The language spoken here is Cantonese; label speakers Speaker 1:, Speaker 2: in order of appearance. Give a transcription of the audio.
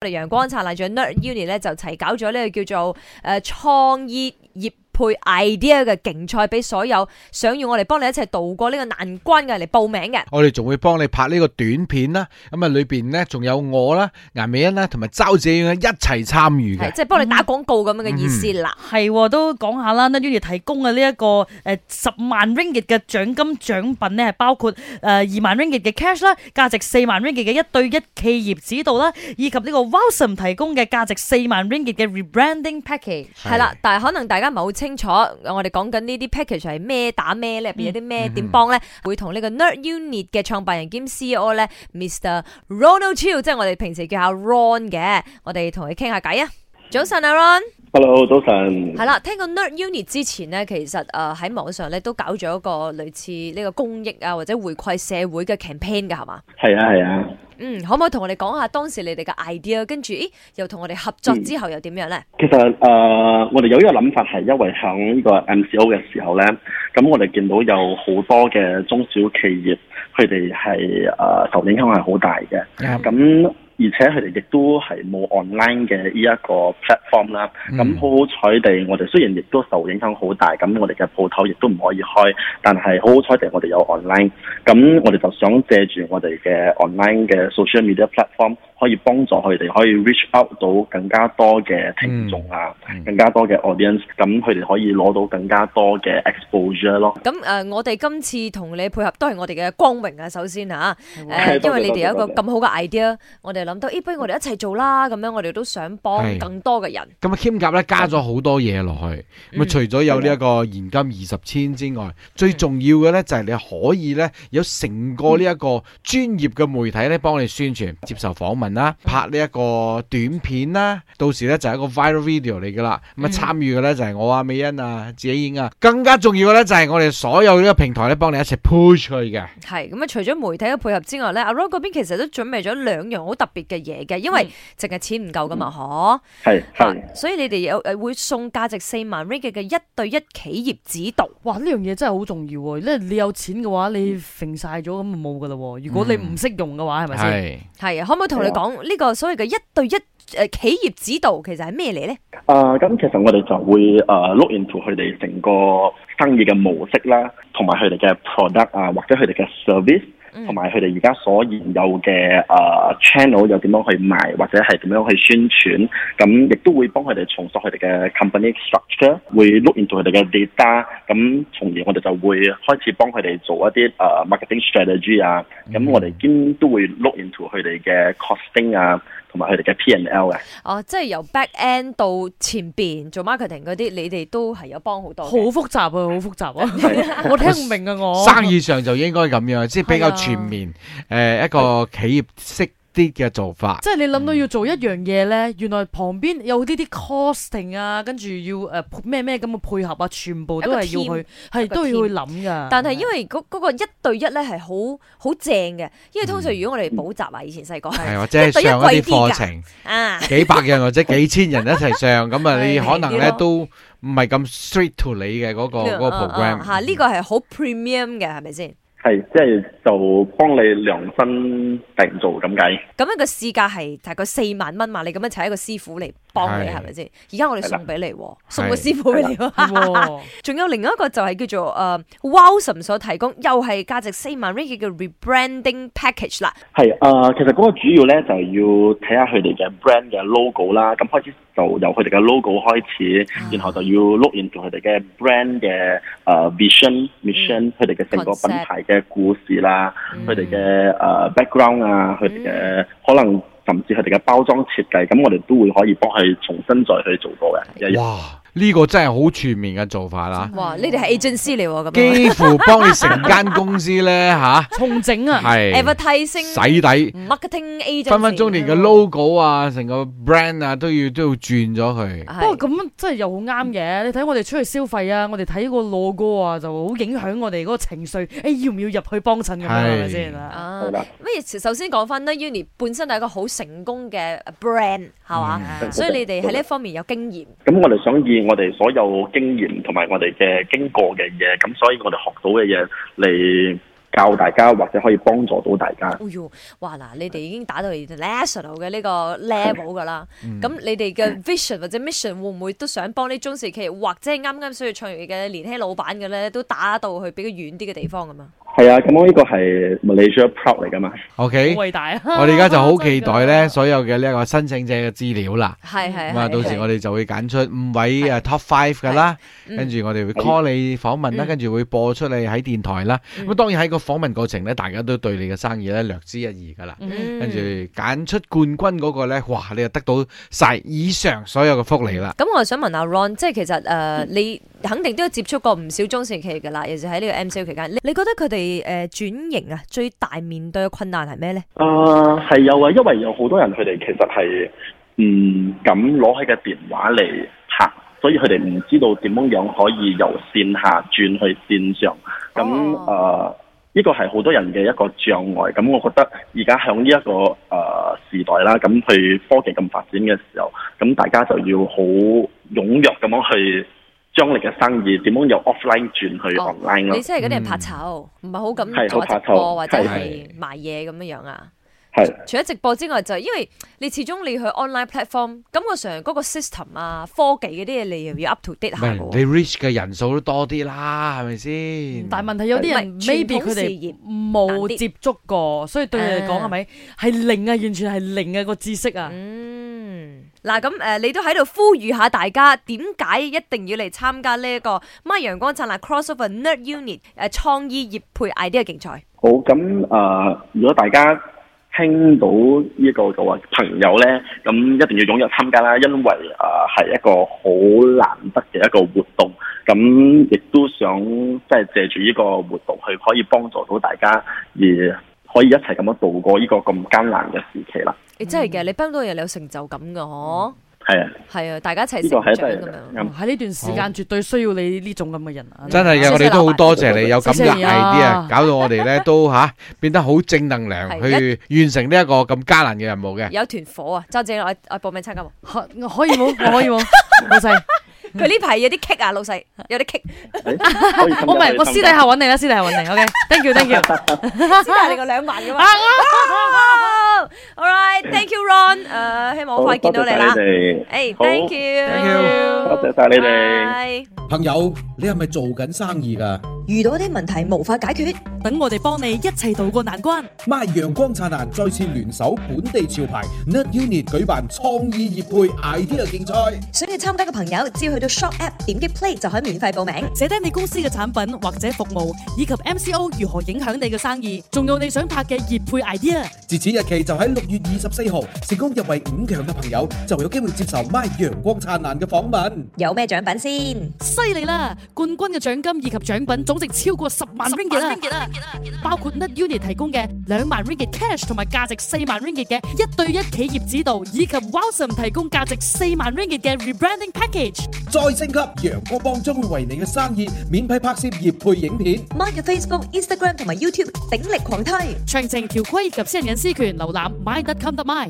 Speaker 1: 我哋陽光燦爛獎 Nerd Uni 咧就齊搞咗呢個叫做誒創意業配 idea 嘅競賽，俾所有想要我哋幫你一齊渡過呢個難關嘅人嚟報名嘅。
Speaker 2: 我哋仲會幫你拍呢個短片啦，咁啊裏邊呢，仲有我啦、顏美欣啦同埋周子遠一齊參與
Speaker 1: 係嗯
Speaker 2: 嘅。
Speaker 1: 即係幫你打廣告咁樣嘅意思啦。
Speaker 3: 係喎，都講下啦。n u 提供嘅呢一個誒十萬 ringgit 嘅獎金獎品咧，係包括誒呃二萬 ringgit 嘅 cash 啦，價值四萬 ringgit 嘅一對一企業指導啦，以及呢個 Wilson 提供嘅價值四萬 ringgit 嘅 rebranding package。
Speaker 1: 係啦，但係可能大家唔係好清楚，我哋講緊呢啲 package 係咩打咩咧，入邊有啲咩點幫咧，會同呢個 Nerd Unit 嘅創辦人兼 CEO 咧，Mr. Ronald Chiu，即係我哋平時叫下 Ron 嘅，我哋同佢傾下偈啊。早晨啊，Ron。
Speaker 4: Hello，早晨
Speaker 1: 係。啦，聽過 Nerd Unit 之前呢，其實誒喺網上咧都搞咗一個類似呢個公益啊或者回饋社會嘅 campaign 㗎係嘛？
Speaker 4: 係啊，係啊。
Speaker 1: 嗯，可唔可以同我哋講下當時你哋嘅 idea，跟住咦又同我哋合作
Speaker 4: 嗯
Speaker 1: 之後又點樣咧？
Speaker 4: 其實誒、呃我哋有呢個諗法係因為響呢個 MCO 嘅時候咧，咁我哋見到有好多嘅中小企業，佢哋係誒受影響係好大嘅。
Speaker 2: 啱
Speaker 4: 咁而且佢哋亦都係冇 online 嘅呢一個 platform 啦。咁
Speaker 2: 嗯
Speaker 4: 好好彩地，我哋雖然亦都受影響好大，咁我哋嘅鋪頭亦都唔可以開，但係好好彩地，我哋有 online。咁我哋就想借住我哋嘅 online 嘅 social media platform，可以幫助佢哋可以 reach out 到更加多嘅聽眾啊，
Speaker 2: 嗯嗯
Speaker 4: 更加多嘅 audience，咁佢哋可以攞到更加多嘅 exposure 咯。
Speaker 1: 咁誒、呃我哋今次同你配合都係我哋嘅光榮啊！首先嚇、啊，誒、
Speaker 4: 係
Speaker 1: 因
Speaker 4: 多謝
Speaker 1: 為你哋有一個
Speaker 4: 多謝
Speaker 1: 咁好嘅 idea，我哋諗到，咦，不如我哋一齊做啦！咁樣我哋都想幫
Speaker 2: 係
Speaker 1: 更多嘅人。
Speaker 2: 咁啊，兼夾咧加咗好多嘢落去，咁啊
Speaker 1: 嗯
Speaker 2: 除咗有呢一個現金二十千之
Speaker 3: 嗯
Speaker 2: 外，最重要嘅咧就係你可以咧有成個呢一個專業嘅媒體咧幫你宣傳、接受訪問啦、
Speaker 3: 嗯
Speaker 2: 拍呢一個短片啦，到時咧就係一個 viral video 嚟噶啦。咁啊
Speaker 3: 嗯
Speaker 2: 參與嘅咧就係我啊、美欣啊、自己影啊，更加重要嘅咧就係我哋所有呢個平台咧幫你一齊 push 佢嘅。
Speaker 1: 係咁啊！除咗媒體嘅配合之外咧，阿 Ron 嗰邊其實都準備咗兩樣好特別嘅嘢嘅，因為
Speaker 4: 嗯
Speaker 1: 淨係錢唔夠噶嘛，嗬、
Speaker 4: 係係。
Speaker 1: 嚇所以你哋有誒呃會送價值四萬 ringgit 嘅一對一企業指導。
Speaker 3: 哇！呢樣嘢真係好重要喎，因為你有錢嘅話，你揈晒咗咁就冇噶啦喎。如果你唔識用嘅話，係咪先？
Speaker 2: 係。
Speaker 1: 係啊，可唔可以同你
Speaker 4: 係
Speaker 1: 講呢個所謂嘅一對一誒、呃企業指導其實係咩嚟咧？
Speaker 4: 啊，咁其實我哋就會誒 look into 佢哋成個生意嘅模式啦，同埋佢哋嘅 product 啊，或者佢哋嘅 service，
Speaker 1: 嗯
Speaker 4: 同埋佢哋而家所現有嘅誒呃 channel 又點樣去賣，或者係點樣去宣傳，咁亦都會幫佢哋重塑佢哋嘅 company structure，會 look into 佢哋嘅 data，咁從而我哋就會開始幫佢哋做一啲誒、呃 marketing strategy 啊，咁我哋兼都會 look into 佢哋嘅 costing 啊，同埋佢哋嘅 P&L 嘅。
Speaker 1: 哦，即係由 back end 到前邊做 marketing 嗰啲，你哋都係有幫好多
Speaker 3: 好
Speaker 1: 嘅。
Speaker 3: 複雜啊，好複雜 啊！我聽唔明啊，我
Speaker 2: 生意上就應該咁樣，即係比較全面，誒一個企業式啲嘅做法。
Speaker 3: 啊即係你諗到要做一樣嘢咧，原來旁邊有呢啲 costing 啊，跟住要誒咩咩咁嘅配合啊，全部都係要
Speaker 1: 一
Speaker 3: 去係
Speaker 1: 個
Speaker 3: 都要
Speaker 1: team
Speaker 3: 去諗噶。
Speaker 1: 但啊係因為嗰嗰個一對一咧係好好正嘅，因為通常如果我哋補習啊，以前細個
Speaker 2: 係或者係上一啲課程，
Speaker 1: 啊，
Speaker 2: 幾百人或者幾千人一齊上，咁啊你
Speaker 1: 係
Speaker 2: 可能
Speaker 1: 係
Speaker 2: 咧
Speaker 1: 咯
Speaker 2: 都唔係咁 straight to 你嘅嗰個嗰個
Speaker 1: 啊啊
Speaker 2: program。
Speaker 1: 嚇呢個係好 premium 嘅，係咪先？
Speaker 4: 係，即係就幫你量身定做咁解。
Speaker 1: 咁樣個市價係大概四萬蚊嘛，你咁樣請一個師傅嚟幫你
Speaker 2: 係
Speaker 1: 係咪先？而家我哋
Speaker 4: 係啦
Speaker 1: 送俾你喎，送個師傅俾你
Speaker 3: 係
Speaker 1: 喎。
Speaker 3: 喎
Speaker 1: 仲有另外一個就係叫做誒 Wowsome 所提供，又係價值四萬 ringgit 嘅 rebranding package 啦。
Speaker 4: 係啊、呃其實嗰個主要咧就係要睇下佢哋嘅 brand 嘅 logo 啦。咁開始就由佢哋嘅 logo 開始，然後就要 look into 佢哋嘅 brand 嘅誒 vision、mission，佢哋嘅成個
Speaker 1: Concept
Speaker 4: 品牌嘅故事啦，佢哋嘅誒 background 啊，佢哋嘅可能甚至佢哋嘅包裝設計，咁我哋都會可以幫佢重新再去做過嘅。
Speaker 2: 哇！呢個真係好全面嘅做法啦，
Speaker 1: 哇！你哋係 agency 嚟喎，咁樣
Speaker 2: 幾乎幫你成間公司咧吓，
Speaker 3: 重整啊，
Speaker 2: 係
Speaker 1: advertising
Speaker 2: 洗底。
Speaker 1: marketing agent
Speaker 2: 分分鐘連個
Speaker 1: 嗯
Speaker 2: logo 啊，成個 brand 啊，都要都要轉咗佢。
Speaker 3: 不
Speaker 1: 係
Speaker 3: 過咁真係又好啱嘅。你睇我哋出去消費啊，我哋睇個 logo 啊，就好影響我哋嗰個情緒。誒，要唔要入去幫襯咁樣係咪先啊？
Speaker 1: 啊
Speaker 4: 係啦。
Speaker 1: 乜嘢？首先講翻啦，Uni 本身係一個好成功嘅 brand 係嘛，
Speaker 4: 嗯
Speaker 1: 所以你哋喺呢方面有經驗。
Speaker 4: 咁我哋想以我哋所有經驗同埋我哋嘅經過嘅嘢，咁所以我哋學到嘅嘢嚟教大家或者可以幫助到大家。
Speaker 1: 哎呦，哇嗱，你哋已經打到 national 嘅呢個 level 噶 啦，
Speaker 2: 嗯
Speaker 1: 咁、你哋嘅 vision 或者 mission 會唔會都想幫啲中小企業或者係啱啱需要創業嘅年輕老闆嘅咧，都打到去比較遠啲嘅地方咁啊？
Speaker 4: 係啊，咁我呢個係 Malaysia Proud 嚟噶嘛。
Speaker 2: OK，
Speaker 3: 好偉大啊！嗯
Speaker 2: 我哋而家就好期待
Speaker 3: 真
Speaker 2: 咧
Speaker 3: 㗎
Speaker 2: 所有嘅呢一個申請者嘅資料啦。
Speaker 1: 係係
Speaker 2: 咁啊，
Speaker 1: 係
Speaker 2: 到時我哋就會揀出五位誒 top five 㗎啦，
Speaker 1: 嗯
Speaker 2: 跟住我哋會 call 你訪問啦，
Speaker 1: 嗯
Speaker 2: 跟住會播出你喺電台啦。咁當然喺個訪問過程咧，大家都對你嘅生意咧略知一二㗎啦。
Speaker 3: 嗯
Speaker 2: 跟住揀出冠軍嗰個咧，哇！你就得到晒以上所有嘅福利啦。
Speaker 1: 咁我想問下 Ron，即係其實誒、呃你肯定都有接觸過唔少中小企業噶啦，尤其喺呢個 MCO 期間，你你覺得佢哋誒轉型啊，最大面對嘅困難係咩咧？
Speaker 4: 啊，係有啊，因為有好多人佢哋其實係唔敢攞起個電話嚟拍，所以佢哋唔知道點樣樣可以由線下轉去線上。咁
Speaker 1: 哦
Speaker 4: 啊，呢個係好多人嘅一個障礙。咁呃我覺得而家喺呢一個啊時代啦，咁去科技咁發展嘅時候，咁大家就要好踴躍咁樣去將你嘅生意點樣由 offline 轉去
Speaker 1: 哦
Speaker 4: online 咯
Speaker 1: 你。即係嗰啲人怕醜，唔係好敢
Speaker 4: 嗯係
Speaker 1: 做
Speaker 4: 好
Speaker 1: 下
Speaker 4: 怕
Speaker 1: 直播
Speaker 4: 醜
Speaker 1: 或者係
Speaker 2: 係
Speaker 1: 賣嘢咁樣樣啊。
Speaker 4: 係。
Speaker 1: 除咗直播之外，就係因為你始終你去 online platform，感覺上嗰個 system 啊、科技嗰啲嘢，你又要 up to date
Speaker 2: 唔
Speaker 1: 下嘅
Speaker 2: 係你
Speaker 1: 喎。
Speaker 2: reach 嘅人數都多啲啦，係咪先？
Speaker 3: 但係嗯問題有啲人
Speaker 1: 唔係
Speaker 3: maybe
Speaker 1: 傳統
Speaker 3: 佢
Speaker 1: 事業
Speaker 3: 哋冇接觸過，所以對佢嚟講
Speaker 1: 啊
Speaker 3: 係咪係零啊？完全係零啊個知識啊！
Speaker 1: 嗯，嗱咁誒，你都喺度呼籲下大家，點解一定要嚟參加呢一個乜陽光燦爛 crossover nerd unit 誒創意業配 idea 競賽？
Speaker 4: 好，咁啊、呃如果大家聽到呢個嘅話，朋友咧，咁一定要踴躍參加啦，因為啊係、一個好難得嘅一個活動，咁亦都想即係借住呢個活動去可以幫助到大家，而可以一齊咁樣度過呢個咁艱難嘅時期啦。
Speaker 1: 你真係嘅，你幫到人你有成就感嘅嗬，
Speaker 4: 係啊，
Speaker 1: 係啊，大家一齊
Speaker 4: 呢
Speaker 1: 成
Speaker 4: 個
Speaker 1: 長
Speaker 4: 係真係
Speaker 1: 咁樣。
Speaker 4: 啱。
Speaker 3: 喺呢段時間絕對需要你呢種咁嘅人啊！
Speaker 2: 真係嘅，我哋都好多謝你有咁嘅
Speaker 3: 謝謝啊
Speaker 2: idea，搞到我哋咧都吓變得好正能量，
Speaker 1: 係
Speaker 2: 去完成呢一個咁艱難嘅任務嘅。
Speaker 1: 有團火啊！周正，我我報名參加喎。
Speaker 3: 可可以冇，我可以冇，老細，
Speaker 1: 佢呢排有啲棘啊，老細有啲棘。
Speaker 4: 誒可以參加
Speaker 3: 我唔係，我私底下
Speaker 4: 可以參加
Speaker 3: 揾你啦，私底下揾你，OK，thank you，thank you，
Speaker 1: 只係你個兩萬噶
Speaker 2: À,
Speaker 1: 嘛。All right，thank you Ron，誒 Ờ, 希望好快見到你啦
Speaker 4: 好。多謝哋
Speaker 1: 誒
Speaker 4: 好
Speaker 1: ，thank you，
Speaker 2: thank you
Speaker 4: 多謝晒你哋。
Speaker 1: Bye
Speaker 5: 朋友，你係咪做緊生意㗎？
Speaker 6: 遇到啲問題無法解決，
Speaker 3: 等我哋幫你一齊渡過難關。
Speaker 5: My 陽光燦爛再次聯手本地潮牌 Nerd Unit 舉辦創意業配 idea 競賽。
Speaker 6: 想要參加嘅朋友，只要去到 Shop App 點擊 Play 就可以免費報名。
Speaker 3: 寫低你公司嘅產品或者服務，以及 MCO 如何影響你嘅生意，仲有你想拍嘅業配 idea。
Speaker 5: 截止日期就喺六月二十四號，成功入圍五強嘅朋友就有機會接受 My 陽光燦爛嘅訪問。
Speaker 6: 有咩獎品先？
Speaker 3: 犀利啦！冠軍嘅獎金以及獎品總值超過十萬 ringgit 啊啦，包括 Nut Unit 提供嘅兩萬 ringgit cash 同埋價值四萬 ringgit 嘅一對一企業指導，以及 Wowsome 提供價值四萬 ringgit 嘅 rebranding package。
Speaker 5: 再升級，陽光幫將會為你嘅生意免費拍攝業配影片。
Speaker 6: mark 嘅 Facebook、Instagram 同埋 YouTube 鼎力狂推。
Speaker 3: 詳情條規及私人隱私權瀏覽 my.com.my。